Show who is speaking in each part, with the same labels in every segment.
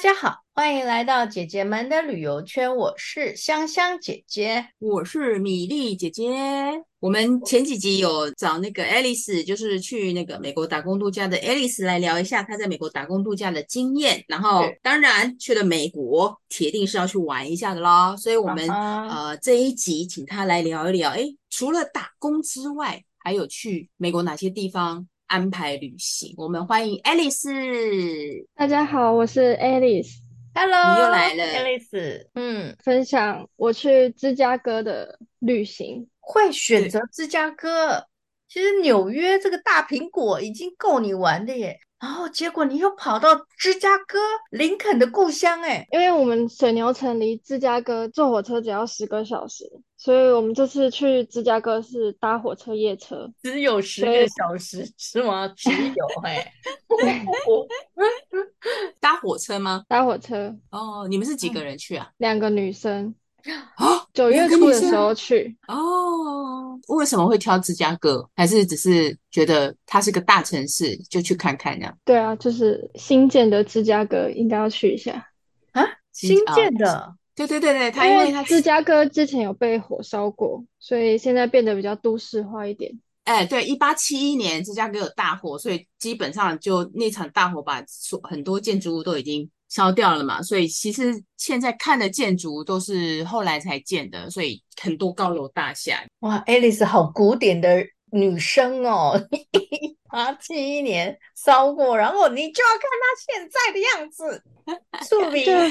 Speaker 1: 家好，欢迎来到姐姐们的旅游圈，我是香香姐姐。
Speaker 2: 我是米粒姐姐。我们前几集有找那个 Alice，就是去那个美国打工度假的 Alice 来聊一下她在美国打工度假的经验。然后
Speaker 1: 对，
Speaker 2: 当然去了美国，铁定是要去玩一下的咯。所以，我们、
Speaker 1: 啊哈
Speaker 2: 呃这一集请她来聊一聊，诶，除了打工之外，还有去美国哪些地方安排旅行？我们欢迎 Alice。
Speaker 3: 大家好，我是 Alice，
Speaker 1: Hello，
Speaker 2: 你又来了
Speaker 1: ，Alice。嗯，
Speaker 3: 分享我去芝加哥的旅行。
Speaker 1: 会选
Speaker 2: 对
Speaker 1: 择芝加哥，其实纽约这个大苹果已经够你玩的耶。然后结果你又跑到芝加哥，林肯的故乡，哎，
Speaker 3: 因为我们水牛城离芝加哥坐火车只要十个小时，所以我们这次去芝加哥是搭火车夜车。
Speaker 1: 只有十
Speaker 3: 对
Speaker 1: 个小时是吗？只有 哎，
Speaker 2: 搭火车吗？
Speaker 3: 搭火车，
Speaker 2: 哦，你们是几
Speaker 1: 嗯
Speaker 2: 个人去啊？
Speaker 3: 两个女生，
Speaker 2: 哦
Speaker 3: 九
Speaker 2: 两
Speaker 3: 月
Speaker 2: 个
Speaker 3: 初
Speaker 2: 女
Speaker 3: 的时
Speaker 2: 生
Speaker 3: 候去，
Speaker 2: 哦，为什么会挑芝加哥？还是只是觉得它是个大城市，就去看看呢？
Speaker 3: 对啊，就是新建的芝加哥，应该要去一下。
Speaker 1: 新建的，
Speaker 2: 对对对对，它
Speaker 3: 因
Speaker 2: 因
Speaker 3: 为
Speaker 2: 它
Speaker 3: 芝加哥之前有被火烧过，所以现在变得比较都市化一点。
Speaker 2: 哎，对，一八七一年芝加哥有大火，所以基本上就那场大火把所很多建筑物都已经烧掉了嘛，所以其实现在看的建筑物都是后来才建的，所以很多高楼大厦。
Speaker 1: 哇，Alice 好古典的女生哦， 一八七一年烧过，然后你就要看她现在的样子， 助理
Speaker 3: 就是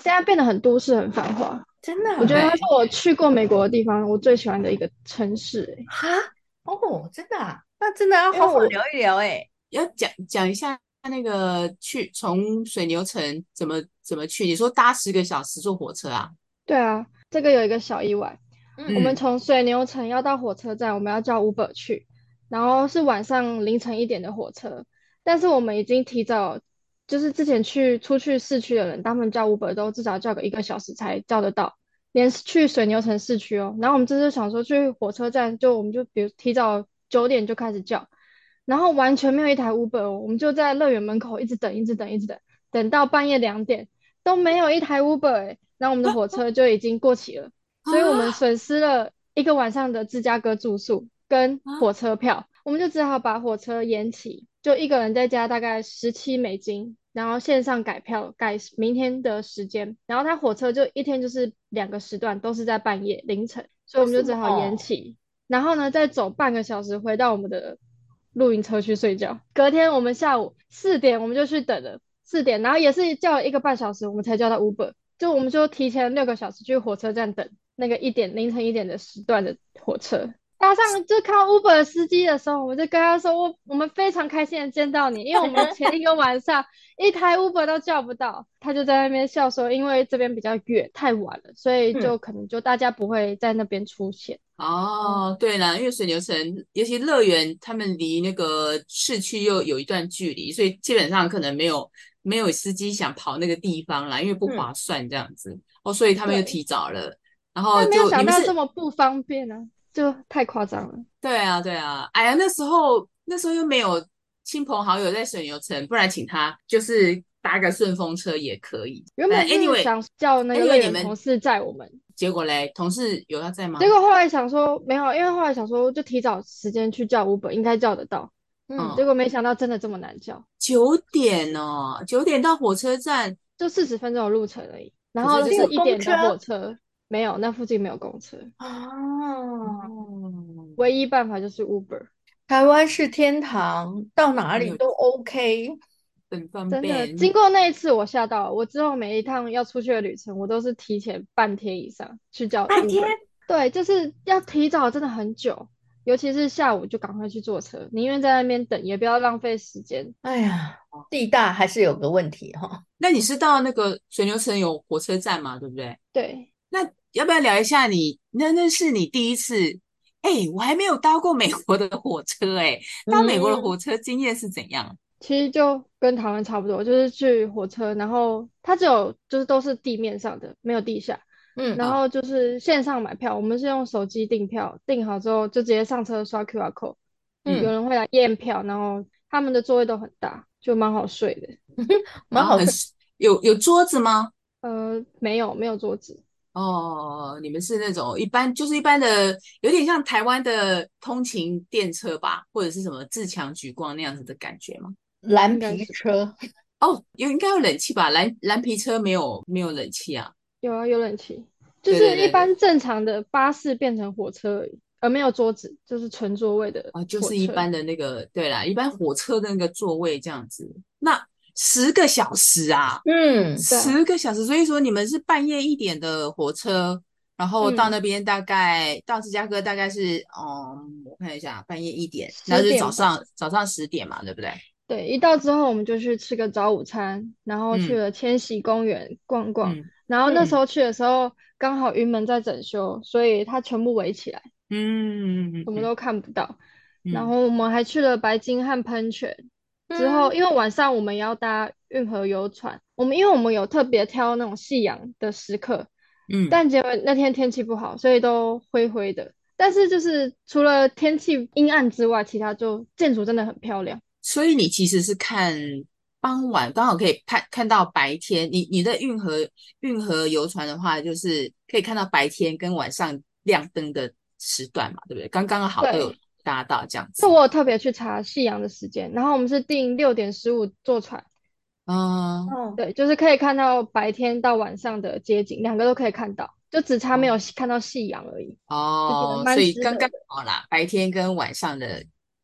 Speaker 3: 现在变得很都市、很繁华。
Speaker 1: 真的啊，
Speaker 3: 我觉得它
Speaker 2: 对
Speaker 3: 是我去过美国的地方，我最喜欢的一个城市、欸。
Speaker 1: 哈哦，真的啊，那真的要
Speaker 3: 因为
Speaker 1: 好好
Speaker 3: 我
Speaker 1: 聊一聊哎，
Speaker 2: 要讲讲一下那个去从水牛城怎么怎么去？你说搭十个小时坐火车啊？
Speaker 3: 对啊，这个有一个小意外，
Speaker 1: 嗯
Speaker 3: 我们从水牛城要到火车站，我们要叫 Uber 去，然后是晚上凌晨一点的火车，但是我们已经提早，就是之前去出去市区的人，他们叫 Uber 都至少叫个一个小时才叫得到，连去水牛城市区哦。然后我们这次想说去火车站，就我们就比如提早九点就开始叫，然后完全没有一台 Uber，哦我们就在乐园门口一直等，一直等，一直等，等到半夜两点都没有一台 Uber，哎，然后我们的火车就已经过期了。所以我们
Speaker 2: 啊
Speaker 3: 损失了一个晚上的芝加哥住宿跟
Speaker 2: 啊
Speaker 3: 火车票，我们就只好把火车延期，就一个人在家大概十七美金，然后线上改票改明天的时间，然后他火车就一天就是两个时段都是在半夜凌晨，所以我们就只好
Speaker 1: 为什么
Speaker 3: 延期，然后呢再走半个小时回到我们的露营车去睡觉。隔天我们下午四点我们就去等了，四点，然后也是叫了一个半小时，我们才叫到 Uber，就我们就提前六个小时去火车站等那个一点凌晨一点的时段的火车。搭上就看到 Uber 司机的时候，我们就跟他说：“我我们非常开心的见到你，因为我们前一个晚上一台 Uber 都叫不到。”他就在那边笑说：“因为这边比较远，太晚了，所以就
Speaker 2: 嗯
Speaker 3: 可能就大家不会在那边出现。
Speaker 2: 哦，对了，因为水牛城，尤其乐园，他们离那个市区又有一段距离，所以基本上可能没有没有司机想跑那个地方啦，因为不
Speaker 1: 嗯
Speaker 2: 划算这样子。哦，所以他们又
Speaker 3: 对
Speaker 2: 提早了，然
Speaker 3: 但
Speaker 2: 后
Speaker 3: 没有
Speaker 2: 哦就你
Speaker 3: 想
Speaker 2: 们
Speaker 3: 到
Speaker 2: 是
Speaker 3: 这么不方便啊，就太夸张了。
Speaker 2: 对啊，对啊，哎呀，那时候那时候又没有亲朋好友在水牛城，不然请他就是搭个顺风车也可以。
Speaker 3: 原本是
Speaker 2: 反正哎 anyway，
Speaker 3: 想叫那个
Speaker 2: anyway，
Speaker 3: 乐
Speaker 2: 你
Speaker 3: 园
Speaker 2: 们啊
Speaker 3: 同事载我们，
Speaker 2: 结果嘞，同事有他在吗？
Speaker 3: 结果后来想说没有，因为后来想说就提早时间去叫 Uber，应该叫得到。
Speaker 2: 哦
Speaker 1: 嗯
Speaker 3: 结果没想到真的这么难叫，
Speaker 2: 九点哦，九点到火车站，
Speaker 3: 就四十分钟的路程而已。然
Speaker 2: 可
Speaker 3: 后
Speaker 2: 是
Speaker 3: 是
Speaker 2: 这
Speaker 1: 个
Speaker 3: 一
Speaker 1: 公
Speaker 3: 点
Speaker 1: 车
Speaker 3: 的火车，没有，那附近没有公车，
Speaker 1: 嗯哦，
Speaker 2: 哦，
Speaker 3: 唯一办法就是 Uber。
Speaker 1: 台湾是天堂，到哪
Speaker 2: 没
Speaker 1: 里
Speaker 3: 嗯
Speaker 2: 有
Speaker 1: 都 OK。
Speaker 2: 很方
Speaker 3: 真的，
Speaker 2: 便。
Speaker 3: 经过那一次我吓到了，我之后每一趟要出去的旅程，我都是提前半天以上去叫 Uber。
Speaker 1: 半天
Speaker 3: 对，就是要提早，真的很久，尤其是下午就赶快去坐车，宁愿在那边等，也不要浪费时间。
Speaker 1: 哎呀，
Speaker 3: 哦
Speaker 1: 地大还是有个问题哈。
Speaker 2: 那你是到那个水牛城有火车站嘛？对不对？
Speaker 3: 对。
Speaker 2: 那要不要聊一下你？那那是你第一次，哎、我还没有搭过美国的火车、哎，搭美国的
Speaker 1: 嗯
Speaker 2: 火车经验是怎样？
Speaker 3: 其实就跟台湾差不多，就是去火车，然后它只有就是都是地面上的，没有地下。
Speaker 1: 嗯，
Speaker 3: 然
Speaker 2: 嗯
Speaker 3: 后就是线上买票，我们是用手机订票，订好之后就直接上车刷 QR code。
Speaker 1: 嗯
Speaker 3: 有人会来验票，然后他们的座位都很大，就蛮好睡的。
Speaker 1: 蛮
Speaker 2: 然后
Speaker 1: 好
Speaker 2: 很
Speaker 1: 看。
Speaker 2: 有有桌子吗？
Speaker 3: 呃，没有没有桌子，
Speaker 2: 哦，你们是那种一般就是一般的，有点像台湾的通勤电车吧，或者是什么自强举光那样子的感觉吗？
Speaker 1: 蓝
Speaker 3: 应该
Speaker 1: 皮
Speaker 3: 是
Speaker 1: 车，
Speaker 2: 哦，有应该有冷气吧？蓝蓝皮车没有没有冷气啊？
Speaker 3: 有啊有冷气，
Speaker 2: 对
Speaker 3: 就是
Speaker 2: 对
Speaker 3: 一
Speaker 2: 对
Speaker 3: 般正常的巴士变成火车而已，呃，没有桌子，就是纯座位的
Speaker 2: 哦，就
Speaker 3: 火
Speaker 2: 是一
Speaker 3: 车。
Speaker 2: 般的那个，对啦，一般火车的那个座位这样子。那十个小时啊，
Speaker 1: 嗯，
Speaker 2: 十个小时，所以说你们是半夜一点的火车，然后到
Speaker 3: 嗯
Speaker 2: 那边大概、到芝加哥大概是，嗯，我看一下，半夜一点，然后
Speaker 3: 10
Speaker 2: 就
Speaker 3: 点
Speaker 2: 早
Speaker 3: 吧
Speaker 2: 上早上十点嘛，对不对？
Speaker 3: 对，一到之后我们就去吃个早午餐，然后去
Speaker 2: 嗯
Speaker 3: 了千禧公园逛逛。
Speaker 2: 嗯
Speaker 3: 然后那
Speaker 1: 嗯
Speaker 3: 时候去的时候，刚好云门在整修，所以它全部围起来，
Speaker 2: 嗯嗯
Speaker 3: 什么
Speaker 2: 嗯
Speaker 3: 都看不到。然
Speaker 2: 嗯
Speaker 3: 后我们还去了白金汉喷泉。之后，因为晚上我们也要搭运河游船，我们因为我们有特别挑那种夕阳的时刻，
Speaker 2: 嗯嗯，
Speaker 3: 但结果那天天气不好，所以都灰灰的。但是就是除了天气阴暗之外，其他就建筑真的很漂亮。
Speaker 2: 所以你其实是看傍晚，刚好可以看看到白天。你你的运河运河游船的话，就是可以看到白天跟晚上亮灯的时段嘛，对不对？刚刚好都有
Speaker 3: 对
Speaker 2: 搭到这样子
Speaker 3: 就。我有特别去查夕阳的时间，然后我们是定六点十五坐船，
Speaker 2: 嗯，
Speaker 1: 哦，
Speaker 3: 对，就是可以看到白天到晚上的街景，两个都可以看到，就只差没有看到夕阳而已。就觉
Speaker 2: 哦
Speaker 3: 得，蛮
Speaker 2: 所以
Speaker 3: 值
Speaker 2: 刚
Speaker 3: 得
Speaker 2: 刚
Speaker 3: 的
Speaker 2: 好啦，白天跟晚上的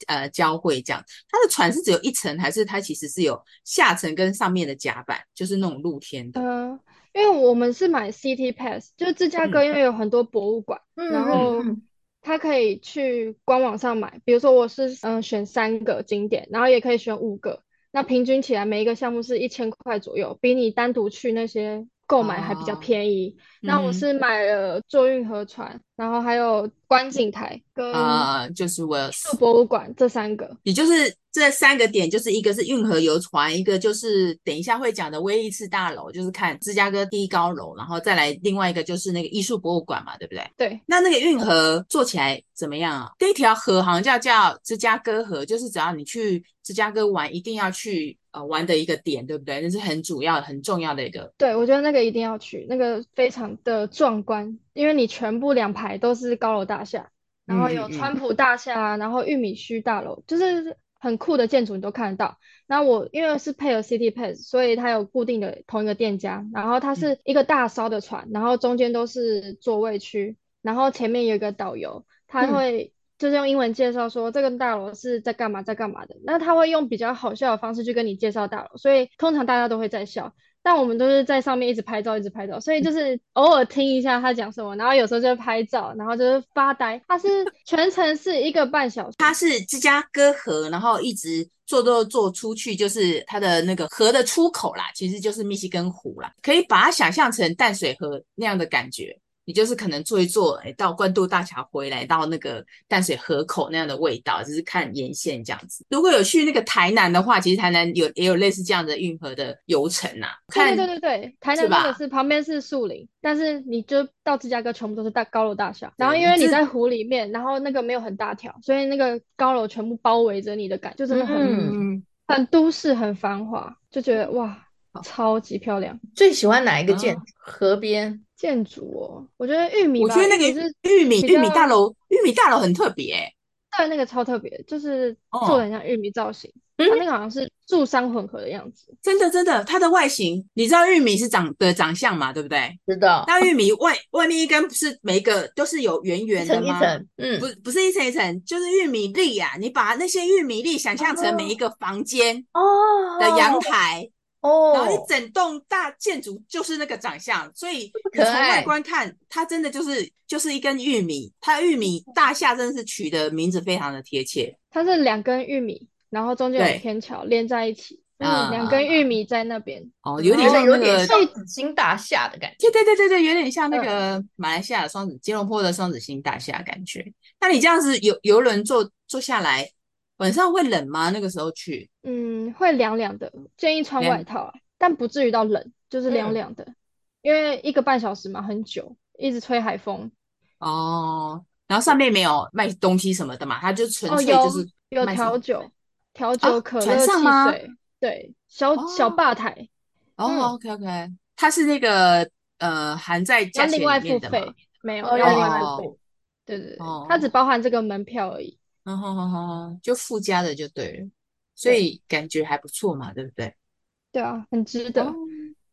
Speaker 2: 呃交汇这样。它的船是只有一层，还是它其实是有下层跟上面的甲板，就是那种露天的？
Speaker 3: 嗯，因为我们是买 City Pass，就是芝加
Speaker 2: 嗯
Speaker 3: 哥，因为有很多博物馆，
Speaker 1: 嗯
Speaker 3: 然后
Speaker 1: 嗯嗯
Speaker 3: 它可以去官网上买。比如说我是嗯选三个景点，然后也可以选五个，那平均起来每一个项目是一千块左右，比你单独去那些购买还比较
Speaker 2: 哦
Speaker 3: 便宜。那我
Speaker 2: 嗯哼
Speaker 3: 是买了坐运河船，然后还有观景台跟
Speaker 2: 啊、就是 w e l
Speaker 3: 艺术博物馆这三个。
Speaker 2: 也就是这三个点，就是一个是运河游船，一个就是等一下会讲的威利士大楼，就是看芝加哥第一高楼，然后再来另外一个就是那个艺术博物馆嘛，对不对？
Speaker 3: 对，
Speaker 2: 那那个运河做起来怎么样啊？那条河好像叫叫芝加哥河，就是只要你去芝加哥玩，一定要去呃玩的一个点，对不对？那是很主要、很重要的一个。
Speaker 3: 对，我觉得那个一定要去，那个非常的壮观，因为你全部两排都是高楼大厦，然后
Speaker 2: 嗯
Speaker 3: 有
Speaker 2: 嗯
Speaker 3: 川普大厦啊，然后玉米须大楼，就是很酷的建筑你都看得到。那我因为是配合 City Pass，所以它有固定的同一个店家，然后它
Speaker 2: 嗯
Speaker 3: 是一个大艘的船，然后中间都是座位区，然后前面有一个导游，他
Speaker 1: 嗯
Speaker 3: 会就是用英文介绍说这个大楼是在干嘛在干嘛的，那他会用比较好笑的方式去跟你介绍大楼，所以通常大家都会在笑。但我们都是在上面一直拍照，一直拍照，所以就是偶尔听一下他讲什么，然后有时候就拍照，然后就是发呆。他是全程是一个半小时，
Speaker 2: 它是芝加哥河，然后一直坐坐坐出去，就是它的那个河的出口啦，其实就是密西根湖啦，可以把它想象成淡水河那样的感觉。你就是可能坐一坐，哎，到关渡大桥回来，到那个淡水河口那样的味道，就是看沿线这样子。如果有去那个台南的话，其实台南有也有类似这样的运河的游程呐、
Speaker 3: 对
Speaker 2: 看
Speaker 3: 对对对对，台
Speaker 2: 是
Speaker 3: 南那
Speaker 2: 吧
Speaker 3: 个是旁边是树林，但是你就到芝加哥全部都是大高楼大厦，然后因
Speaker 2: 对
Speaker 3: 为你
Speaker 2: 这
Speaker 3: 在湖里面，然后那个没有很大条，所以那个高楼全部包围着你的感觉，就真的很、
Speaker 1: 嗯
Speaker 3: 很都市，很繁华，就觉得哇
Speaker 2: 好，
Speaker 3: 超级漂亮
Speaker 1: 最喜欢哪一个
Speaker 2: 啊
Speaker 1: 建筑？河边
Speaker 3: 建筑哦。我觉得玉米
Speaker 2: 我
Speaker 3: 吧，
Speaker 2: 觉得那
Speaker 3: 玉米
Speaker 2: 个
Speaker 3: 是
Speaker 2: 玉米
Speaker 3: 比
Speaker 2: 玉米
Speaker 3: 较
Speaker 2: 大楼玉米大楼很特别、欸，
Speaker 3: 对，那个超特别，就是
Speaker 2: 哦嗯
Speaker 3: 做的很像玉米造型，它那个好像是树山混合的样子。
Speaker 2: 真的真的，它的外形你知道玉米是长的长相嘛，对不对？
Speaker 1: 知道，
Speaker 2: 那玉米外外面一根不是每一个都是有圆
Speaker 1: 一
Speaker 2: 圆的
Speaker 1: 层一
Speaker 2: 吗？
Speaker 1: 层，嗯
Speaker 2: 不，不是一层一层，就是玉米粒呀、你把那些玉米粒想象成每一个房间
Speaker 1: 哦
Speaker 2: 的阳台，然后一
Speaker 1: 哦，
Speaker 2: 整栋大建筑就是那个长相，所以你
Speaker 1: 可
Speaker 2: 从外
Speaker 1: 爱
Speaker 2: 观看，它真的就是就是一根玉米，它玉米大厦真的是取的名字非常的贴切。
Speaker 3: 它是两根玉米，然后中间
Speaker 2: 对
Speaker 3: 有天桥连在一起，嗯
Speaker 2: 啊
Speaker 3: 两根玉米在那边。
Speaker 2: 哦，有
Speaker 1: 觉
Speaker 2: 点
Speaker 1: 得
Speaker 2: 像
Speaker 1: 有
Speaker 2: 那
Speaker 1: 点
Speaker 2: 个，
Speaker 1: 像紫星大厦的感觉。
Speaker 2: 对对对对对，有点像
Speaker 3: 嗯
Speaker 2: 那个马来西亚的双子吉隆坡的双子星大厦感觉。那你这样子游游轮坐坐下来，晚上会冷吗？那个时候去？
Speaker 3: 嗯，会凉凉的，建议穿
Speaker 2: 凉
Speaker 3: 外套啊，但不至于到冷，就是凉
Speaker 1: 嗯
Speaker 3: 凉的，因为一个半小时嘛，很久，一直吹海风。
Speaker 2: 哦，然后上面没有卖东西什么的嘛，它就纯
Speaker 3: 哦，
Speaker 2: 粹
Speaker 3: 有
Speaker 2: 就是
Speaker 3: 有
Speaker 2: 卖什
Speaker 3: 调
Speaker 2: 么
Speaker 3: 酒，调
Speaker 2: 啊
Speaker 3: 酒、可
Speaker 2: 船
Speaker 3: 乐、
Speaker 2: 上
Speaker 3: 汽
Speaker 2: 吗
Speaker 3: 水，对，小小
Speaker 2: 哦
Speaker 3: 吧台，
Speaker 2: 哦、
Speaker 3: 嗯
Speaker 2: o k OK，它是那个呃含在
Speaker 3: 要
Speaker 2: 价钱
Speaker 3: 另外
Speaker 2: 里
Speaker 3: 付
Speaker 2: 面的
Speaker 3: 费
Speaker 2: 嘛？，
Speaker 3: 没有
Speaker 1: 哦，
Speaker 3: 要
Speaker 1: 要
Speaker 3: 另
Speaker 1: 另
Speaker 3: 外
Speaker 1: 外
Speaker 2: 哦
Speaker 1: 付。
Speaker 3: 对对对，
Speaker 2: 哦
Speaker 3: 它只包含这个门票而已。
Speaker 2: 嗯哼哼哼哼，就附加的就对了，所
Speaker 3: 对
Speaker 2: 以感觉还不错嘛，对不对？
Speaker 3: 对啊，很值
Speaker 2: 哦
Speaker 3: 得。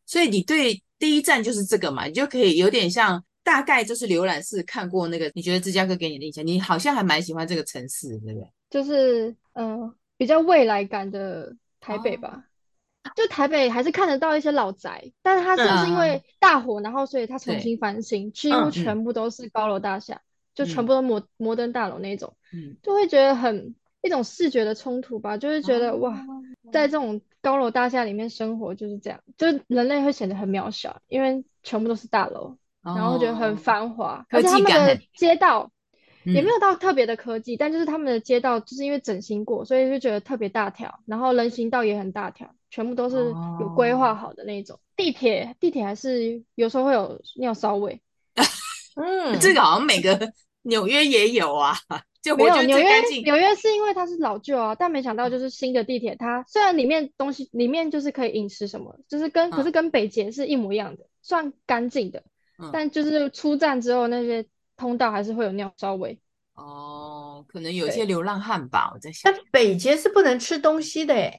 Speaker 2: 所以你对第一站就是这个嘛，你就可以有点像大概就是浏览式看过那个，你觉得芝加哥给你的印象，你好像还蛮喜欢这个城市的，对不对？
Speaker 3: 就是嗯、呃比较未来感的台北
Speaker 2: 哦
Speaker 3: 吧。就台北还是看得到一些老宅，但是它
Speaker 1: 嗯
Speaker 3: 就是因为大火，然后所以它重
Speaker 2: 啊对
Speaker 3: 新翻新，几
Speaker 1: 嗯嗯
Speaker 3: 乎全部都是高楼大厦，就全
Speaker 2: 嗯
Speaker 3: 部都摩摩登大楼那种，
Speaker 2: 嗯，
Speaker 3: 就会觉得很一种视觉的冲突吧，就
Speaker 2: 哦
Speaker 3: 会觉得哇，在这种高楼大厦里面生活就是这样，就是人类会显得很渺小，因为全部都是大楼，
Speaker 2: 哦，
Speaker 3: 然后觉得很
Speaker 2: 烦，
Speaker 3: 繁华，
Speaker 2: 科
Speaker 3: 而且他
Speaker 2: 技
Speaker 3: 们
Speaker 2: 感
Speaker 3: 的
Speaker 2: 很
Speaker 3: 街道也没
Speaker 2: 嗯
Speaker 3: 有到特别的科技，但就是他们的街道就是因为整新过，所以就觉得特别大条，然后人行道也很大条，全部都是有规划
Speaker 2: 哦
Speaker 3: 好的那种。地铁地铁还是有时候会有尿骚味，
Speaker 1: 嗯，
Speaker 2: 这个好像每个 纽约也有啊， 就
Speaker 3: 没
Speaker 2: 我觉
Speaker 3: 有
Speaker 2: 得
Speaker 3: 纽
Speaker 2: 最
Speaker 3: 约
Speaker 2: 干净，嗯
Speaker 3: 纽约是因为它是老旧啊，但没想到就是新的地铁它虽然里面东西里面就是可以饮食什么，就是跟可是
Speaker 2: 嗯
Speaker 3: 跟北捷是一模一样的，算干净的，
Speaker 2: 嗯
Speaker 3: 但就是出站之后那些通道还是会有尿骚味。
Speaker 2: 哦，可能有一
Speaker 3: 对
Speaker 2: 些流浪汉吧，我在想
Speaker 1: 但，北捷是不能吃东西的诶，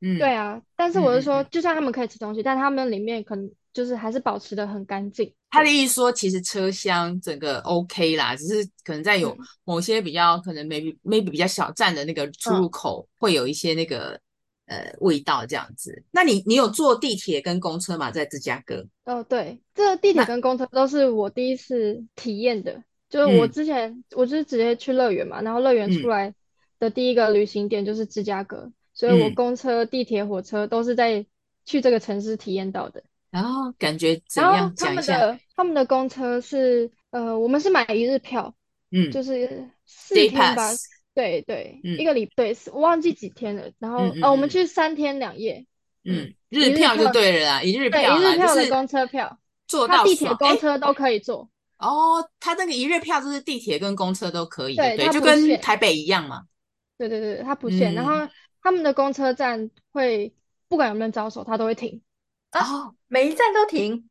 Speaker 2: 嗯，
Speaker 3: 对啊，但是我
Speaker 2: 嗯嗯
Speaker 3: 是说，就算他们可以吃东西，但他们里面可能就是还是保持的很干净。
Speaker 2: 他的意思说，其实车厢整个 OK 啦，只是可能在有
Speaker 3: 嗯
Speaker 2: 某些比较可能 maybe maybe 比较小站的那个出
Speaker 3: 嗯
Speaker 2: 入口会有一些那个呃味道这样子。那你你有坐地铁跟公车吗？在芝加哥？
Speaker 3: 哦，对，这个地铁
Speaker 2: 那
Speaker 3: 跟公车都是我第一次体验的，就是我
Speaker 2: 嗯
Speaker 3: 之前我就是直接去乐园嘛，然后乐园
Speaker 2: 嗯
Speaker 3: 出来的第一个旅行点就是芝加哥，所以我
Speaker 2: 嗯
Speaker 3: 公车、地铁、火车都是在去这个城市体验到的。
Speaker 2: 然后感觉怎
Speaker 3: 然后
Speaker 2: 样？
Speaker 3: 他
Speaker 2: 讲一
Speaker 3: 们
Speaker 2: 下。
Speaker 3: 的他们的公车是呃，我们是买一日票，
Speaker 2: 嗯
Speaker 3: 就是四
Speaker 2: Day
Speaker 3: 天吧，
Speaker 2: Pass。
Speaker 3: 对对，
Speaker 2: 嗯
Speaker 3: 一个礼对，我忘记几天了。然后
Speaker 2: 嗯嗯
Speaker 3: 呃，我们
Speaker 2: 嗯
Speaker 3: 去三天两夜，
Speaker 2: 嗯，
Speaker 3: 一
Speaker 2: 日
Speaker 3: 日
Speaker 2: 票就
Speaker 3: 票
Speaker 2: 对了啦，一日
Speaker 3: 对，
Speaker 2: 票
Speaker 3: 一
Speaker 2: 啦，
Speaker 3: 日
Speaker 2: 就
Speaker 3: 票的
Speaker 2: 是
Speaker 3: 公车票，
Speaker 2: 坐
Speaker 3: 它
Speaker 2: 到
Speaker 3: 地铁、
Speaker 2: 爽。哎
Speaker 3: 公车都可以坐，
Speaker 2: 哦，他那个一日票就是地铁跟公车都可以，
Speaker 3: 对
Speaker 2: 对，
Speaker 3: 它
Speaker 2: 就
Speaker 3: 不
Speaker 2: 跟
Speaker 3: 限
Speaker 2: 台北一样嘛。
Speaker 3: 对对对，它不限。然
Speaker 2: 嗯，
Speaker 3: 后他们的公车站会不管有没有招手，它都会停。啊
Speaker 2: 哦
Speaker 1: 每一站都停。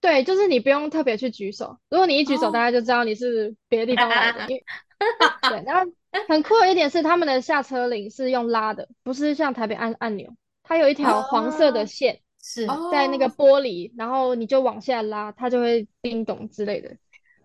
Speaker 3: 对，就是你不用特别去举手，如果你一举手，大
Speaker 2: 哦，
Speaker 3: 家就知道你是别的地方来的， 因为对，然后很酷的一点是，他们的下车铃是用拉的，不是像台北按按钮，它有一条黄色的
Speaker 1: 哦，
Speaker 3: 线
Speaker 1: 是，
Speaker 3: 在那个
Speaker 2: 哦，
Speaker 3: 玻璃，然后你就往下拉，它就会叮咚之类的。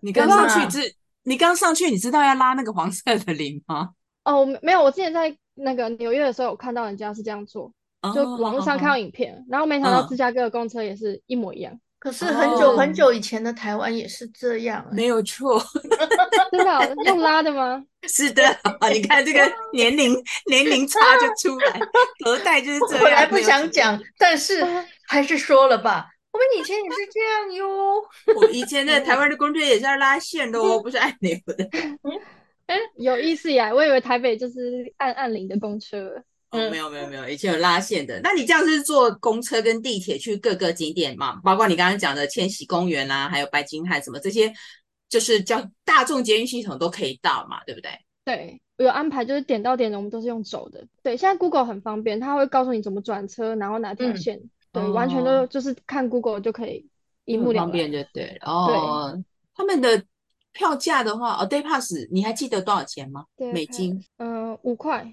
Speaker 2: 你
Speaker 1: 真
Speaker 2: 刚
Speaker 1: 的
Speaker 2: 上去
Speaker 1: 啊，
Speaker 2: 知，你刚上去，你知道要拉那个黄色的铃吗？
Speaker 3: 哦，我没没有，我之前在那个纽约的时候，有看到人家是这样做，就
Speaker 2: 哦，
Speaker 3: 网络上看到影片，然后没想到芝
Speaker 2: 嗯，
Speaker 3: 加哥的公车也是一模一样，
Speaker 1: 可是很久
Speaker 2: 哦，
Speaker 1: 很久以前的台湾也是这样啊
Speaker 2: 没有错，
Speaker 3: 真的哦用拉的 吗？
Speaker 2: 是 的，啊你看这个年龄年龄差就出来，隔代就是这
Speaker 1: 我本来
Speaker 2: 样，
Speaker 1: 不
Speaker 2: 没有
Speaker 1: 想
Speaker 2: 错。
Speaker 1: 讲，但是
Speaker 3: 啊，
Speaker 1: 还是说了吧。我们以前也是这样哟。
Speaker 2: 我以 前在
Speaker 1: 天
Speaker 2: 台
Speaker 1: 哪！
Speaker 2: 湾的公车也是要拉线的哦，不是按钮的。
Speaker 1: 嗯嗯
Speaker 3: 哎有意思呀，我以为台北就是按按铃的公车。
Speaker 2: 哦，
Speaker 1: 嗯，
Speaker 2: 没有没有没有，以前有拉线的。那你这样是坐公车跟地铁去各个景点嘛？包括你刚刚讲的千禧公园啊啦、还有白金汉什么这些，就是叫大众捷运系统都可以到嘛，对不对？
Speaker 3: 对，有安排，就是点到点的，我们都是用走的。对，现在 Google 很方便，它会告诉你怎么转车，然后哪条
Speaker 1: 嗯，
Speaker 3: 线。对，完全
Speaker 2: 哦，
Speaker 3: 都就是看 Google 就可以一
Speaker 2: 就
Speaker 3: 目
Speaker 2: 很嗯
Speaker 3: 了
Speaker 2: 方便
Speaker 3: 然。
Speaker 2: 就对了。
Speaker 3: 对
Speaker 2: 哦，他们的票价的话，哦，day pass 你还记得多少钱吗？
Speaker 3: 对
Speaker 2: 美
Speaker 3: ，Pass，
Speaker 2: 金？
Speaker 3: 嗯，五块，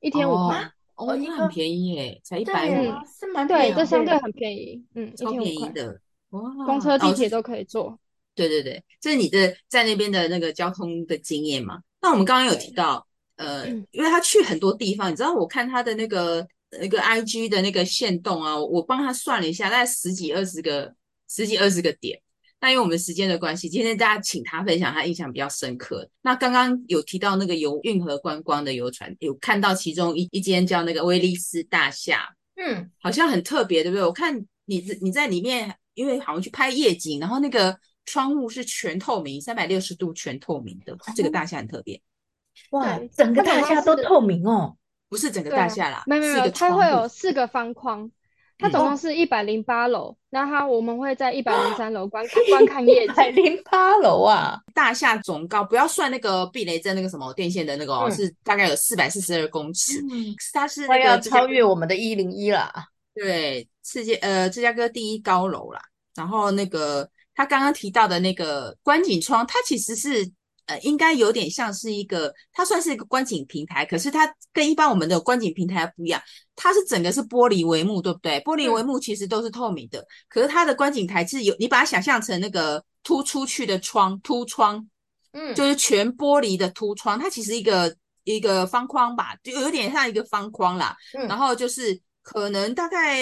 Speaker 3: 一天五
Speaker 1: 啊，
Speaker 3: 块。
Speaker 2: 哦哦，
Speaker 1: 哦，一
Speaker 2: 那
Speaker 1: 个，
Speaker 2: 很便宜耶，才一百
Speaker 1: 对
Speaker 2: 五
Speaker 1: 啊，
Speaker 3: 嗯，
Speaker 2: 哎，
Speaker 1: 是蛮
Speaker 3: 对，
Speaker 1: 便
Speaker 2: 嗯，
Speaker 3: 这
Speaker 1: 宜
Speaker 3: 相对
Speaker 1: 的。
Speaker 3: 很便宜。嗯，一
Speaker 2: 超
Speaker 3: 天五
Speaker 2: 便宜
Speaker 3: 块，
Speaker 2: 的哇！
Speaker 3: 公车、地
Speaker 2: 哦，
Speaker 3: 铁都可以坐。
Speaker 2: 对对对，这是你的在那边的那个交通的经验嘛？那我们刚刚有提
Speaker 3: 对，
Speaker 2: 到，呃，因为他去很多地方，你知道我看他的那个那个 IG 的那个限动啊，我帮他算了一下，大概十几二十个十几二十个点。那因为我们时间的关系，今天大家请他分享他印象比较深刻。那刚刚有提到那个游运河观光的游船，有看到其中一一间叫那个威利斯大厦，
Speaker 1: 嗯，
Speaker 2: 好像很特别，对不对？我看你你在里面，因为好像去拍夜景，然后那个窗户是全透明，三百六十度全透明的，这
Speaker 3: 哦
Speaker 2: 个大厦很特别，
Speaker 1: 哇，
Speaker 3: 对，
Speaker 1: 整个
Speaker 3: 它总
Speaker 1: 大
Speaker 3: 共
Speaker 1: 厦都
Speaker 3: 是，
Speaker 1: 透明哦。
Speaker 2: 不是整个
Speaker 3: 对
Speaker 2: 大
Speaker 3: 啊，
Speaker 2: 厦啦，
Speaker 3: 没有没有
Speaker 2: 是一
Speaker 3: 没有，
Speaker 2: 个
Speaker 3: 它
Speaker 2: 窗
Speaker 3: 会
Speaker 2: 户。
Speaker 3: 有四个方框，它总
Speaker 2: 嗯，
Speaker 3: 共
Speaker 1: 哦，
Speaker 3: 是一百零八楼。那它我们会在一百零三楼观看观看夜
Speaker 1: 一百
Speaker 3: 景。
Speaker 1: 零八楼啊。
Speaker 2: 大厦总高，不要算那个避雷针那个什么电线的那个哦，
Speaker 1: 嗯
Speaker 2: 是大概有四百四十二公尺，
Speaker 1: 嗯，
Speaker 2: 它是那
Speaker 1: 快
Speaker 2: 个
Speaker 1: 要
Speaker 2: 芝加
Speaker 1: 超
Speaker 2: 哥
Speaker 1: 越我们的一零一了。
Speaker 2: 对，世界呃芝加哥第一高楼啦。然后那个他刚刚提到的那个观景窗，它其实是呃应该有点像是一个，它算是一个观景平台，可是它跟一般我们的观景平台不一样，它是整个是玻璃帷幕，对不对？玻璃帷幕其实都是透明的，可是它的观景台是有，你把它想象成那个凸出去的窗，凸窗
Speaker 1: 嗯，
Speaker 2: 就是全玻璃的凸窗，它其实一个一个方框吧，就有点像一个方框啦。
Speaker 1: 嗯
Speaker 2: 然后就是可能大概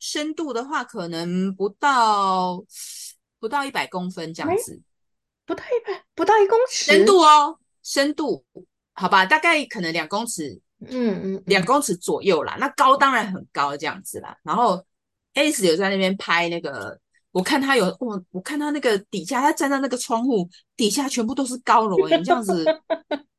Speaker 2: 深度的话，可能不到不到一百公分这样
Speaker 1: 没
Speaker 2: 子，
Speaker 1: 不到一百，不到一公
Speaker 2: 深
Speaker 1: 尺，
Speaker 2: 度哦，深度，好吧，大概可能两公尺，
Speaker 1: 嗯嗯，
Speaker 2: 两公尺左右啦。那高当然很高这样子啦。然后 S 有在那边拍那个，我看他有，哇，我看他那个底下，他站在那个窗户底下，全部都是高楼欸，你这样 子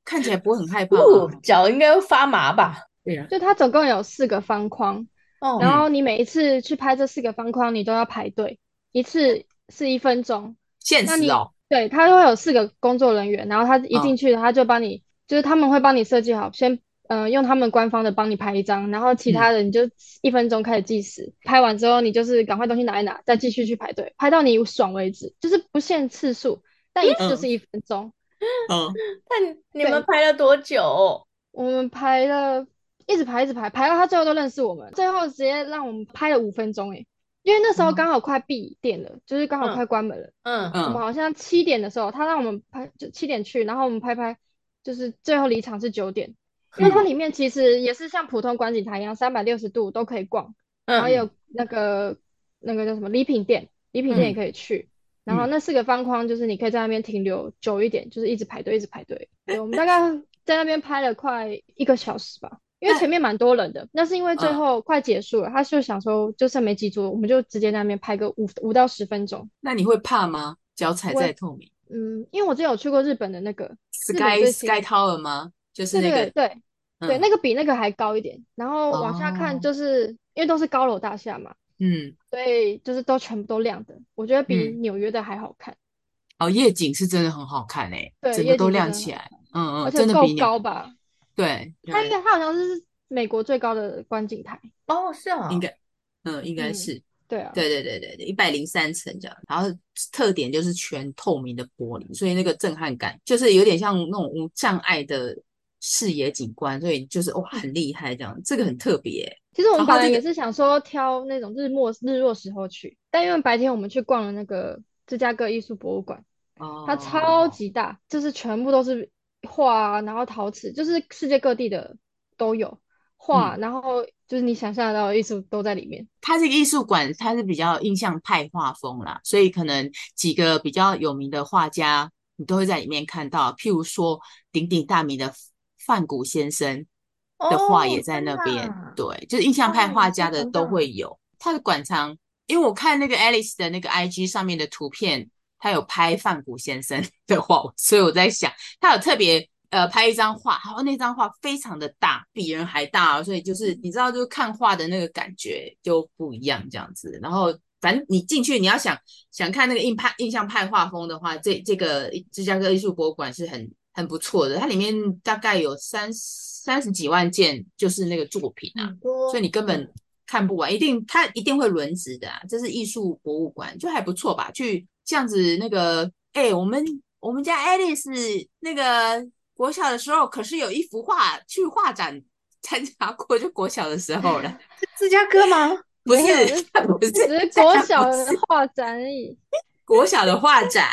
Speaker 2: 看起来不会很害怕
Speaker 1: 哦
Speaker 2: 吗？，
Speaker 1: 脚应该会发麻吧？
Speaker 2: 对啊，
Speaker 3: 就它总共有四个方框，
Speaker 1: 哦，
Speaker 3: 然后你每一次去拍这四个方框，你都要排队，一次是一分钟。
Speaker 2: 现
Speaker 3: 那
Speaker 2: 实
Speaker 3: 你
Speaker 2: 哦，
Speaker 3: 对，他都会有四个工作人员，然后他一进去，他就帮你，就是他们会帮你设计好，先嗯、呃用他们官方的帮你拍一张，然后其他的你就一分钟开始计时，拍完之后你就是赶快东西拿一拿，再继续去排队，拍到你爽为止，就是不限次数，但一次就是一分钟。
Speaker 2: 嗯，
Speaker 1: 那你
Speaker 3: 对
Speaker 1: 们拍了多久？
Speaker 3: 我们排了，一直排，一直排，排到他最后都认识我们，最后直接让我们拍了五分钟诶，因为那时候刚好快闭店了，就是刚好快关门了。
Speaker 1: 嗯
Speaker 3: 我
Speaker 2: 嗯，
Speaker 3: 们好像七点的时候，他让我们拍，就七点去，然后我们拍拍，就是最后离场是九点，
Speaker 2: 嗯
Speaker 3: 因为它里面其实也是像普通观景台一样，三百六十度都可以逛，然后
Speaker 1: 嗯
Speaker 3: 也有那个那个叫什么礼品店，礼品店也
Speaker 2: 嗯
Speaker 3: 可以去。然后那四个方框就是你可以在那边停留久一点，就是一直排队，一直排队。对，我们大概在那边拍了快一个小时吧，因为前面蛮多人的。那是因为最
Speaker 2: 嗯
Speaker 3: 后快结束了，他就想说就剩没几桌，我们就直接在那边拍个五五到十分钟。
Speaker 2: 那你会怕吗？脚踩
Speaker 3: 我
Speaker 2: 在透明
Speaker 3: 嗯，因为我之前有去过日本的那个，日本
Speaker 2: Sky
Speaker 3: 最新
Speaker 2: Sky Tower 吗？就是
Speaker 3: 对
Speaker 2: 那
Speaker 3: 对
Speaker 2: 个，
Speaker 3: 对对，
Speaker 2: 嗯
Speaker 3: 那个比那个还高一点。然后往下
Speaker 2: 哦
Speaker 3: 看，就是因为都是高楼大厦嘛，
Speaker 2: 嗯，
Speaker 3: 所以就是都全部都亮的，我觉得比
Speaker 2: 嗯
Speaker 3: 纽约的还好看，
Speaker 2: 哦，夜景是真的很好看诶，
Speaker 3: 对
Speaker 2: 整
Speaker 3: 夜
Speaker 2: 个都
Speaker 3: 景真
Speaker 2: 亮
Speaker 3: 的
Speaker 2: 起
Speaker 3: 很
Speaker 2: 来，嗯
Speaker 3: 而
Speaker 2: 嗯，
Speaker 3: 且
Speaker 2: 真的
Speaker 3: 够
Speaker 2: 比鸟
Speaker 3: 高吧？
Speaker 2: 对，
Speaker 3: 它应
Speaker 2: 对
Speaker 3: 该它好像是美国最高的观景台，
Speaker 1: 哦，是啊，
Speaker 2: 应该，嗯，应该
Speaker 3: 嗯
Speaker 2: 是，
Speaker 3: 对啊，
Speaker 2: 对对对对对，一百零三层这样，然后特点就是全透明的玻璃，所以那个震撼感就是有点像那种无障碍的视野景观，所以就是哇，很厉害这样，这个很特别欸，
Speaker 3: 其实我们
Speaker 2: 然后
Speaker 3: 本来
Speaker 2: 这
Speaker 3: 也
Speaker 2: 个
Speaker 3: 是想说挑那种日末日落时候去，但因为白天我们去逛了那个芝加哥艺术博物馆，它超
Speaker 2: 哦
Speaker 3: 级大，就是全部都是画啊，然后陶瓷，就是世界各地的都有
Speaker 2: 嗯
Speaker 3: 画，然后就是你想象得到的艺术都在 里面。
Speaker 2: 它这个艺术馆，它是比较印象派画风啦，所以可能几个比较有名的画家，你都会在里面看到。譬如说鼎鼎大名的梵谷先生的画也
Speaker 1: 哦
Speaker 2: 在
Speaker 1: 真
Speaker 2: 那
Speaker 1: 的
Speaker 2: 边，
Speaker 1: 啊
Speaker 2: 对，就是印象派
Speaker 1: 哦
Speaker 2: 画
Speaker 1: 我
Speaker 2: 家
Speaker 1: 知
Speaker 2: 的
Speaker 1: 道
Speaker 2: 都会有。它的馆藏，因为我看那个 Alice 的那个 IG 上面的图片，他有拍梵谷先生的画， 所以我在想，他有特别呃拍一张画，然后那张画非常的大，比人还大哦，所以就是你知道，就是看画的那个感觉就不一样这样子。然后反正你进去，你要想想看那个印派印象派画风的话，这这个芝加哥艺术博物馆是很很不错的，它里面大概有三三十几万件就是那个作品啊，
Speaker 1: 很多，
Speaker 2: 所以你根
Speaker 3: 嗯
Speaker 2: 本看不完，一定它一定会轮值的啊。这是艺术博物馆，就还不错吧？去这样子那个，哎、我们我们家 Alice 那个国小的时候，可是有一幅画去画展参加过，就国小的时候 了，
Speaker 1: 芝加哥吗？
Speaker 2: 不是
Speaker 3: 没 有就是
Speaker 2: 不是，
Speaker 3: 只是国小
Speaker 2: 不
Speaker 3: 的
Speaker 2: 是
Speaker 3: 画展而已，
Speaker 2: 国小的画展，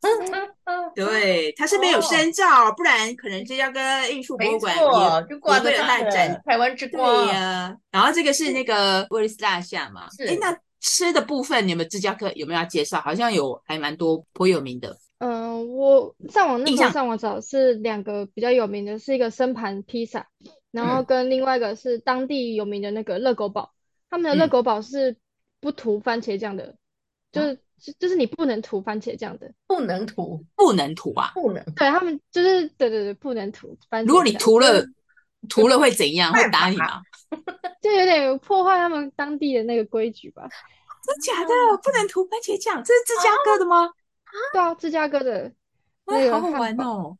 Speaker 1: 嗯
Speaker 2: 对，它是没有
Speaker 1: 哦
Speaker 2: 深照，不然可能芝加哥艺术博
Speaker 1: 没
Speaker 2: 物馆也
Speaker 1: 错，就挂
Speaker 2: 也会
Speaker 1: 在
Speaker 2: 有
Speaker 1: 那
Speaker 2: 它的
Speaker 1: 的
Speaker 2: 展
Speaker 1: 台湾之
Speaker 2: 对
Speaker 1: 光。啊
Speaker 2: 呀、然后这个是那个威尔斯大厦嘛？
Speaker 1: 是
Speaker 2: 哎，那吃的部分你们芝加哥有没有要介绍？好像有还蛮多颇有名的。
Speaker 3: 嗯，我上网那
Speaker 2: 印
Speaker 3: 时候
Speaker 2: 象
Speaker 3: 上网找是两个比较有名的，是一个生盘披萨，然后
Speaker 2: 嗯
Speaker 3: 跟另外一个是当地有名的那个热狗堡。他们的热
Speaker 2: 嗯
Speaker 3: 狗堡是不涂番茄酱的，
Speaker 2: 哦
Speaker 3: 就是就就是你不能涂番茄酱的。
Speaker 1: 不能涂，
Speaker 2: 不能涂啊！
Speaker 1: 不能，
Speaker 3: 对，他们就是对对对，不能涂番
Speaker 2: 如果
Speaker 3: 茄
Speaker 2: 你
Speaker 3: 酱，
Speaker 2: 涂了，涂了会怎样？会打你
Speaker 1: 犯
Speaker 2: 吗？
Speaker 3: 就有点破坏他们当地的那个规矩
Speaker 2: 啊
Speaker 3: 吧。
Speaker 2: 真假的？
Speaker 3: 哦
Speaker 2: 不能涂番茄酱，这是芝加哥的吗？
Speaker 3: 对啊，芝加哥的
Speaker 2: 哇
Speaker 3: 那，个
Speaker 2: 好好
Speaker 3: 啊汉
Speaker 2: 玩
Speaker 3: 堡。
Speaker 2: 哦！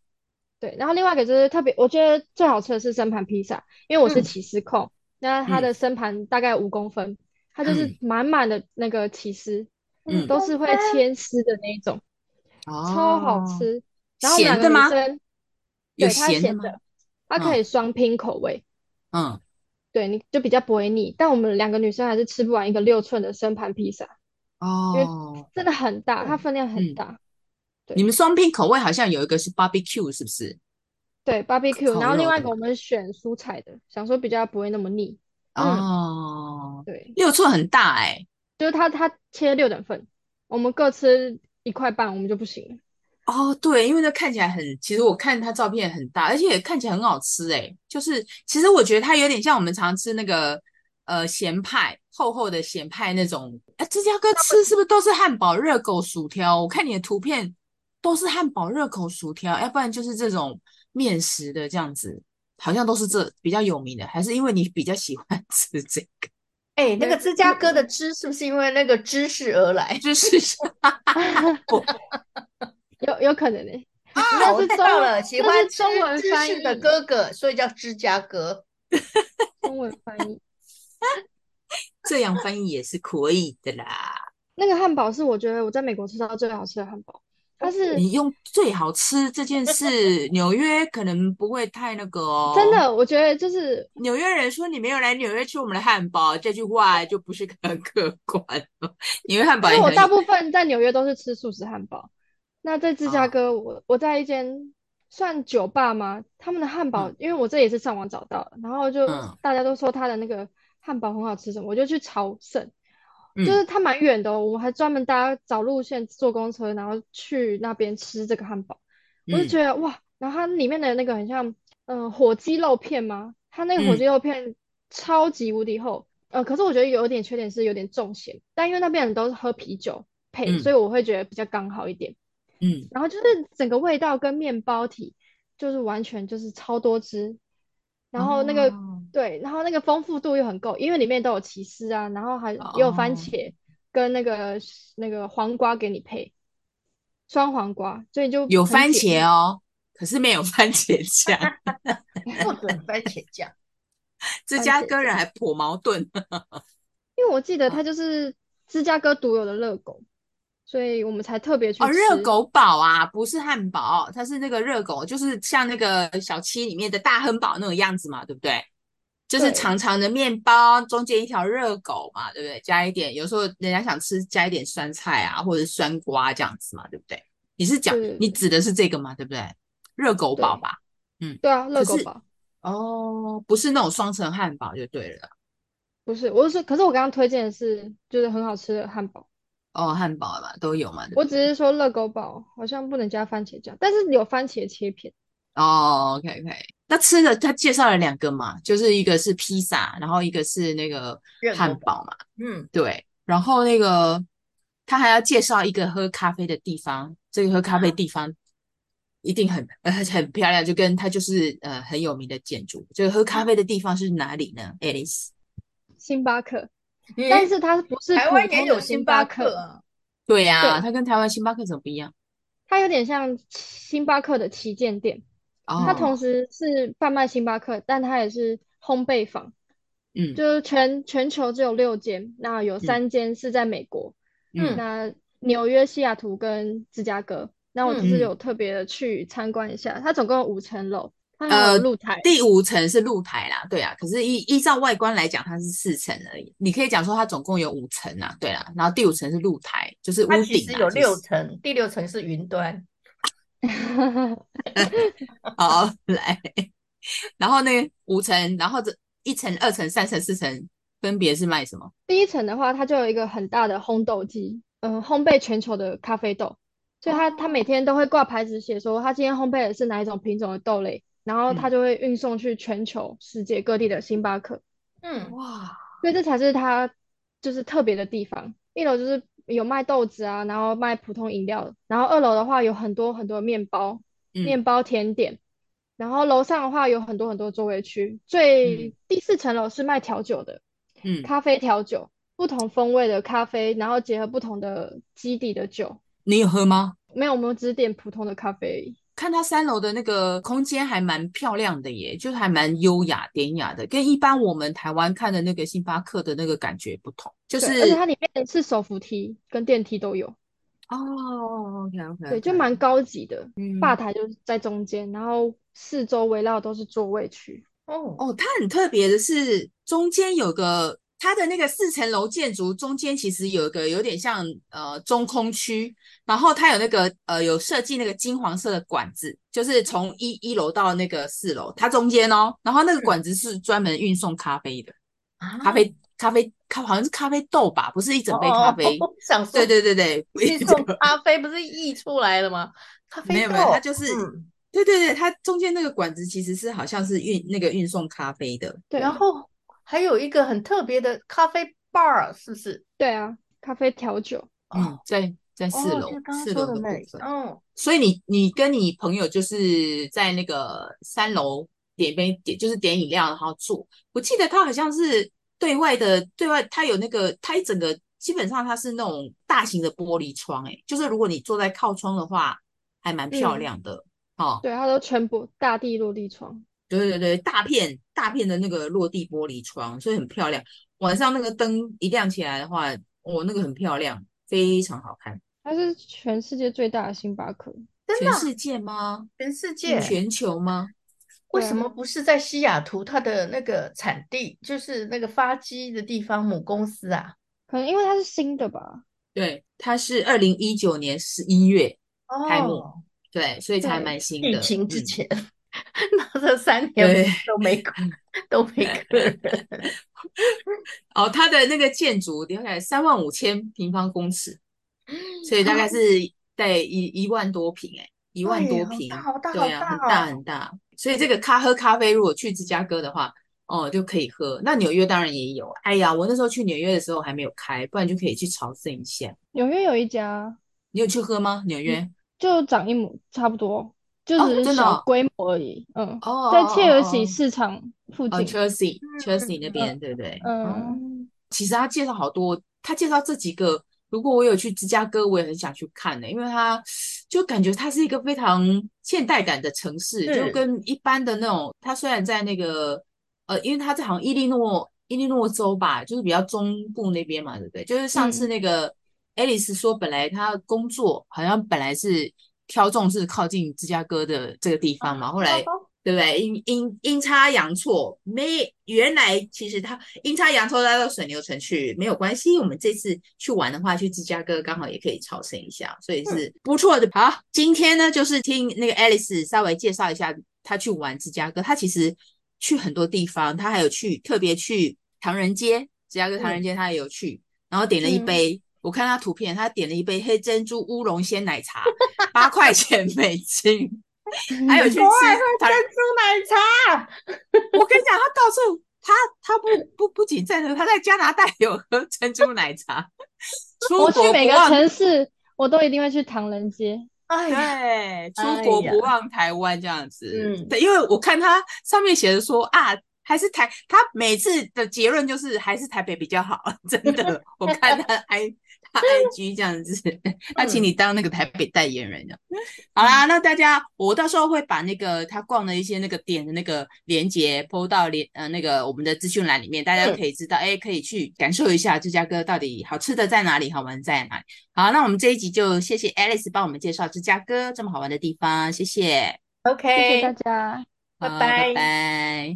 Speaker 3: 对，然后另外一个就是特别，我觉得最好吃的是生盘披萨，因为我是
Speaker 2: 嗯
Speaker 3: 起司控，那它
Speaker 2: 嗯
Speaker 3: 的生盘大概五公分，它就是满满的那个起司，
Speaker 2: 嗯
Speaker 3: 都是会牵丝的那一种，超好
Speaker 2: 哦，
Speaker 3: 吃。然后
Speaker 2: 咸
Speaker 3: 两
Speaker 2: 的
Speaker 3: 个女
Speaker 2: 吗
Speaker 3: 生，
Speaker 2: 有
Speaker 3: 对，它
Speaker 2: 咸的
Speaker 3: 咸
Speaker 2: 吗
Speaker 3: 的，它可
Speaker 2: 嗯
Speaker 3: 以双拼口味，
Speaker 2: 嗯，
Speaker 3: 对，你就比较不会腻。但我们两个女生还是吃不完一个六寸的生盘披萨，
Speaker 2: 哦，
Speaker 3: 真的很大，它分量很
Speaker 2: 嗯
Speaker 3: 大。对
Speaker 2: 你们双拼口味好像有一个是 barbecue，是不是？
Speaker 3: 对，barbecue，
Speaker 2: 烤
Speaker 3: 然后另
Speaker 2: 肉
Speaker 3: 外
Speaker 2: 的
Speaker 3: 一个我们选蔬菜的，想说比较不会那么腻。嗯
Speaker 2: 哦，
Speaker 3: 对，
Speaker 2: 六寸很大哎、
Speaker 3: 就是它它切六等份，我们各吃一块半，我们就不行了。
Speaker 2: 哦，对，因为那看起来很，其实我看它照片很大，而且看起来很好吃诶。就是其实我觉得它有点像我们常吃那个呃咸派，厚厚的咸派那种。哎，芝加哥吃是不是都是汉堡、热狗、薯条？我看你的图片都是汉堡、热狗、薯条，要不然就是这种面食的这样子，好像都是这比较有名的，还是因为你比较喜欢吃这 个？
Speaker 1: 哎，那
Speaker 3: 没
Speaker 1: 个芝加哥的芝是不是因为那个芝士而来？
Speaker 2: 就是
Speaker 3: 有有可能欸呢、
Speaker 1: 啊，我
Speaker 3: 是
Speaker 1: 知
Speaker 3: 中
Speaker 1: 道
Speaker 3: 文
Speaker 1: 了，喜
Speaker 3: 那
Speaker 1: 欢
Speaker 3: 是中
Speaker 1: 吃
Speaker 3: 文
Speaker 1: 芝
Speaker 3: 翻
Speaker 1: 士的
Speaker 3: 译
Speaker 1: 哥哥，所以叫芝加哥。
Speaker 3: 中文翻译。
Speaker 2: 这样翻译也是可以的啦。
Speaker 3: 那个汉堡是我觉得我在美国吃到最好吃的汉堡，它是
Speaker 2: 你用最好吃这件 事，纽约可能不会太那个哦。
Speaker 3: 真，的，我觉得就是
Speaker 2: 纽约人说你没有来纽约吃我们的汉堡，这句话就不是很客观哦 了。纽约汉堡
Speaker 3: 因
Speaker 2: 也
Speaker 3: 为我
Speaker 2: 很
Speaker 3: 大部分在纽约都是吃素食汉堡。那在芝加
Speaker 2: 哦
Speaker 3: 哥，我我在一间算酒吧吗？他们的汉堡，
Speaker 2: 嗯
Speaker 3: 因为我这也是上网找到的，然后就
Speaker 2: 嗯
Speaker 3: 大家都说他的那个汉堡很好吃什么，我就去朝圣，就
Speaker 2: 嗯
Speaker 3: 是它蛮远的哦，我还专门搭找路线坐公车，然后去那边吃这个汉堡，我就
Speaker 2: 嗯
Speaker 3: 觉得哇，然后它里面的那个很像嗯、呃火鸡肉片吗？它那个
Speaker 2: 嗯
Speaker 3: 火鸡肉片超级无敌厚，呃，可是我觉得有一点缺点是有点重咸，但因为那边人都是喝啤酒配，
Speaker 2: 嗯
Speaker 3: 所以我会觉得比较刚好一点。
Speaker 2: 嗯
Speaker 3: 然后就是整个味道跟面包体就是完全就是超多汁，然后那个、
Speaker 2: 哦
Speaker 3: 对，然后那个丰富度又很够，因为里面都有起司啊，然后还也有番
Speaker 2: 哦
Speaker 3: 茄跟那个那个黄瓜给你配，酸黄瓜，所以就
Speaker 2: 有
Speaker 3: 很
Speaker 2: 番
Speaker 3: 解
Speaker 2: 茄
Speaker 3: 腻。
Speaker 2: 哦，可是没有番茄 酱。
Speaker 1: 不准番茄酱，
Speaker 2: 芝
Speaker 3: 番
Speaker 2: 加
Speaker 3: 茄
Speaker 2: 哥人
Speaker 3: 酱
Speaker 2: 还颇矛盾。
Speaker 3: 因为我记得
Speaker 1: 嗯
Speaker 3: 它就是芝加哥独有的热狗，所以我们才特别去
Speaker 2: 哦，热
Speaker 3: 吃。
Speaker 2: 狗堡啊，不是汉堡，它是那个热狗，就是像那个小七里面的大亨堡那种样子嘛，对不对？就是
Speaker 3: 对
Speaker 2: 长长的面包，中间一条热狗嘛，对不对？加一点，有时候人家想吃加一点酸菜啊，或者是酸瓜这样子嘛，对不对？你是讲
Speaker 3: 对对
Speaker 2: 你
Speaker 3: 对
Speaker 2: 指的是这个嘛，对不对？热狗堡
Speaker 3: 对
Speaker 2: 吧？
Speaker 3: 对啊，热
Speaker 2: 可
Speaker 3: 狗
Speaker 2: 是
Speaker 3: 堡
Speaker 2: 哦，不是那种双层汉堡就对了。
Speaker 3: 不是，我是说，可是我刚刚推荐的是就是很好吃的汉堡，
Speaker 2: 哦，汉堡嘛都有嘛，对不对
Speaker 3: 我只是说热狗堡好像不能加番茄酱，但是有番茄切片。
Speaker 2: 哦，OK OK，那吃的他介绍了两个嘛，就是一个是披萨，然后一个是那个
Speaker 1: 热狗
Speaker 2: 汉堡嘛，
Speaker 1: 嗯，
Speaker 2: 对，然后那个他还要介绍一个喝咖啡的地方，这个喝咖啡地方一定很呃很很漂亮，就跟它就是呃很有名的建筑。这个喝咖啡的地方是哪里呢？Alice，
Speaker 3: 星巴克，
Speaker 1: 嗯
Speaker 3: 但是它不是
Speaker 1: 台
Speaker 3: 普
Speaker 1: 湾也
Speaker 3: 通
Speaker 1: 有
Speaker 3: 的
Speaker 1: 星
Speaker 3: 星
Speaker 1: 巴
Speaker 3: 巴
Speaker 1: 克
Speaker 3: 克，
Speaker 1: 啊，
Speaker 2: 对呀，
Speaker 3: 对
Speaker 2: 它跟台湾星巴克怎么不一样？
Speaker 3: 它有点像星巴克的旗舰店，它同
Speaker 2: 哦，
Speaker 3: 时是贩卖星巴克，但它也是烘焙坊，
Speaker 2: 嗯
Speaker 3: 就是全全球只有六间，那有三间是在美国，
Speaker 1: 嗯
Speaker 3: 那纽约、西雅图跟芝加哥。那我就是
Speaker 2: 嗯
Speaker 3: 有特别的去参观一下，它总共有五层楼，它还有
Speaker 2: 呃，
Speaker 3: 露台。
Speaker 2: 第五层是露台啦，对啊，可是依依照外观来讲，它是四层而已。你可以讲说它总共有五层啊，对啦，然后第五层是露台，就是屋
Speaker 1: 它其
Speaker 2: 顶
Speaker 1: 实
Speaker 2: 啊，
Speaker 1: 有
Speaker 2: 就是
Speaker 1: 六层，第六层是云端。
Speaker 2: 哦，来，然后那五层，然后这一层、二层、三层、四层分别是卖什么？
Speaker 3: 第一层的话，它就有一个很大的烘豆机，嗯、烘焙全球的咖啡豆，所以
Speaker 2: 哦
Speaker 3: 它它每天都会挂牌子写说它今天烘焙的是哪一种品种的豆类，然后
Speaker 2: 嗯
Speaker 3: 它就会运送去全球世界各地的星巴克，
Speaker 1: 嗯，
Speaker 2: 哇，
Speaker 3: 所以这才是它就是特别的地方。一楼就是有卖豆子啊，然后卖普通饮料，然后二楼的话有很多很多的面包、面
Speaker 2: 嗯
Speaker 3: 包甜点，然后楼上的话有很多很多座位区，最、
Speaker 2: 嗯
Speaker 3: 第四层楼是卖调酒的。
Speaker 2: 嗯，
Speaker 3: 咖啡调酒，不同风味的咖啡，然后结合不同的基底的酒。
Speaker 2: 你有喝吗？
Speaker 3: 没有，我们只点普通的咖啡而已。
Speaker 2: 看它三楼的那个空间还蛮漂亮的耶，就是还蛮优雅典雅的，跟一般我们台湾看的那个星巴克的那个感觉不同，就
Speaker 3: 对
Speaker 2: 是
Speaker 3: 而且它里面是手扶梯跟电梯都有，
Speaker 2: 哦，OK OK，
Speaker 3: 对，就蛮高级的。
Speaker 2: 嗯
Speaker 3: 吧台就是在中间，然后四周围绕都是座位区。
Speaker 1: 哦，
Speaker 2: 哦，它很特别的是，中间有个它的那个四层楼建筑中间其实有一个有点像呃中空区，然后它有那个呃有设计那个金黄色的管子，就是从一一楼到那个四楼，它中间哦，然后那个
Speaker 1: 嗯
Speaker 2: 管子是专门运送咖啡的，
Speaker 1: 哦
Speaker 2: 咖啡咖啡咖好像是咖啡豆吧，不是一整杯咖啡，
Speaker 1: 啊哦，想说
Speaker 2: 对对对对，不
Speaker 1: 运
Speaker 2: 是
Speaker 1: 送咖啡不是溢出来了吗？咖啡
Speaker 2: 没有没有，
Speaker 1: 豆
Speaker 2: 它就是
Speaker 1: 嗯
Speaker 2: 对对对，它中间那个管子其实是好像是运那个运送咖啡的。
Speaker 3: 对，
Speaker 1: 然后还有一个很特别的咖啡 bar，是不是？
Speaker 3: 对啊，咖啡调酒，
Speaker 2: 嗯，在在
Speaker 1: 哦，
Speaker 2: 四
Speaker 1: 就
Speaker 2: 楼
Speaker 1: 是刚刚
Speaker 2: 四
Speaker 1: 说
Speaker 2: 楼
Speaker 1: 的
Speaker 2: 的部
Speaker 1: 那里，
Speaker 2: 分。
Speaker 1: 嗯，
Speaker 2: 所以你你跟你朋友就是在那个三楼点杯点就是点饮料，然后坐。我记得他好像是对外的对外，他有那个他一整个基本上它是那种大型的玻璃窗、欸，就是如果你坐在靠窗的话，还蛮漂
Speaker 3: 嗯
Speaker 2: 亮的。哦，
Speaker 3: 对，它都全部大地落地窗。
Speaker 2: 对对对，大片大片的那个落地玻璃窗，所以很漂亮。晚上那个灯一亮起来的话，哦，那个很漂亮，非常好看。
Speaker 3: 它是全世界最大的星巴克，
Speaker 1: 真
Speaker 2: 全
Speaker 1: 的啊
Speaker 2: 世界吗？
Speaker 1: 全世
Speaker 2: 是
Speaker 1: 界
Speaker 2: 全球吗？
Speaker 1: 为
Speaker 3: 对啊
Speaker 1: 什么不是在西雅图它的那个产地，就是那个发机的地方母公司啊？
Speaker 3: 可能因为它是新的吧。
Speaker 2: 对，它是二零一九年十一月，开幕
Speaker 1: 哦，
Speaker 2: 对，所以才
Speaker 3: 对
Speaker 2: 蛮新
Speaker 1: 疫
Speaker 2: 的。
Speaker 1: 情之
Speaker 2: 嗯
Speaker 1: 前， 那这三
Speaker 2: 对
Speaker 1: 年都没 都没客人。
Speaker 2: 哦，它的那个建筑大概三万五千平方 公尺，所以大概
Speaker 1: 哦
Speaker 2: 是在一一万多平，哎，一万
Speaker 1: 对
Speaker 2: 多
Speaker 1: 好大
Speaker 2: 平，
Speaker 1: 好大
Speaker 2: 对啊
Speaker 1: 好
Speaker 2: 呀，很
Speaker 1: 大
Speaker 2: 大
Speaker 1: 哦
Speaker 2: 很大。所以这个咖喝咖啡，如果去芝加哥的话，哦，就可以喝。那纽约当然也有。哎呀，我那时候去纽约的时候还没有开，不然就可以去朝圣一下。
Speaker 3: 纽约有一家，
Speaker 2: 你有去喝吗？纽约？
Speaker 1: 嗯
Speaker 3: 就长一模差不多，就
Speaker 2: 哦
Speaker 3: 只
Speaker 2: 真
Speaker 3: 是
Speaker 2: 的
Speaker 3: 小
Speaker 2: 哦
Speaker 3: 规模而已。嗯，
Speaker 2: 哦，
Speaker 3: 在
Speaker 2: 哦
Speaker 3: 切尔
Speaker 2: 哦
Speaker 3: 西
Speaker 2: 哦
Speaker 3: 市场附
Speaker 2: 哦
Speaker 3: 近。
Speaker 2: ，Chelsea
Speaker 1: 嗯
Speaker 2: Chelsea 那
Speaker 1: 嗯
Speaker 2: 边，对不对？
Speaker 3: 嗯，
Speaker 2: 其实他介绍好多，他介绍这几个，如果我有去芝加哥，我也很想去看呢、因为他就感觉它是一个非常现代感的城市，就是跟一般的那种，它虽然在那个呃，因为它在好像伊利诺伊利诺州吧，就是比较中部那边嘛，对不对？就是上次
Speaker 3: 嗯
Speaker 2: 那个爱丽丝说，本来她工作好像本来是挑中是靠近芝加哥的这个地方嘛，后来。
Speaker 1: 哦
Speaker 2: 对不对？阴阴阴差阳错，没原来其实他阴差阳错拉到水牛城去没有关系。我们这次去玩的话，去芝加哥刚好也可以朝圣一下，所以是不错的。好，今天呢就是听那个 Alice 稍微介绍一下她去玩芝加哥。她其实去很多地方，她还有去特别去唐人街，芝加哥唐人街她也有去，然后点了一
Speaker 3: 嗯
Speaker 2: 杯。我看她图片，她点了一杯黑珍珠乌龙鲜奶茶，八块钱 美金，还有去吃
Speaker 1: 国外喝
Speaker 2: 唐
Speaker 1: 珍珠奶茶，
Speaker 2: 我跟你讲，他到处他他不不不仅在那，他在加拿大有喝珍珠奶 茶，出
Speaker 3: 我
Speaker 2: 国
Speaker 3: 去每
Speaker 2: 不
Speaker 3: 个
Speaker 2: 忘
Speaker 3: 城市，我都一定会去唐人街。
Speaker 1: 哎呀，
Speaker 2: 对，出
Speaker 1: 哎
Speaker 2: 国
Speaker 1: 呀
Speaker 2: 不忘台湾这样子。
Speaker 1: 嗯
Speaker 2: 对，因为我看他上面写的说啊，还是台，他每次的结论就是还是台北比较好， 真的。我看他 i 他 IG 这样子， 他请
Speaker 1: 嗯
Speaker 2: 你当那个台北代言人这样。好啦，那大家，我到时候会把那个他逛的一些那个点的那个链接 PO 到连呃那个我们的资讯栏里面，大家
Speaker 1: 嗯
Speaker 2: 可以知道，哎、可以去感受一下芝加哥到底好吃的在哪里，好玩在哪里。好，那我们这一集就谢谢 Alice 帮我们介绍芝加哥这么好玩的地方，谢谢，
Speaker 1: ，OK，
Speaker 3: 谢谢大家。
Speaker 2: 好
Speaker 1: 拜拜
Speaker 2: 拜拜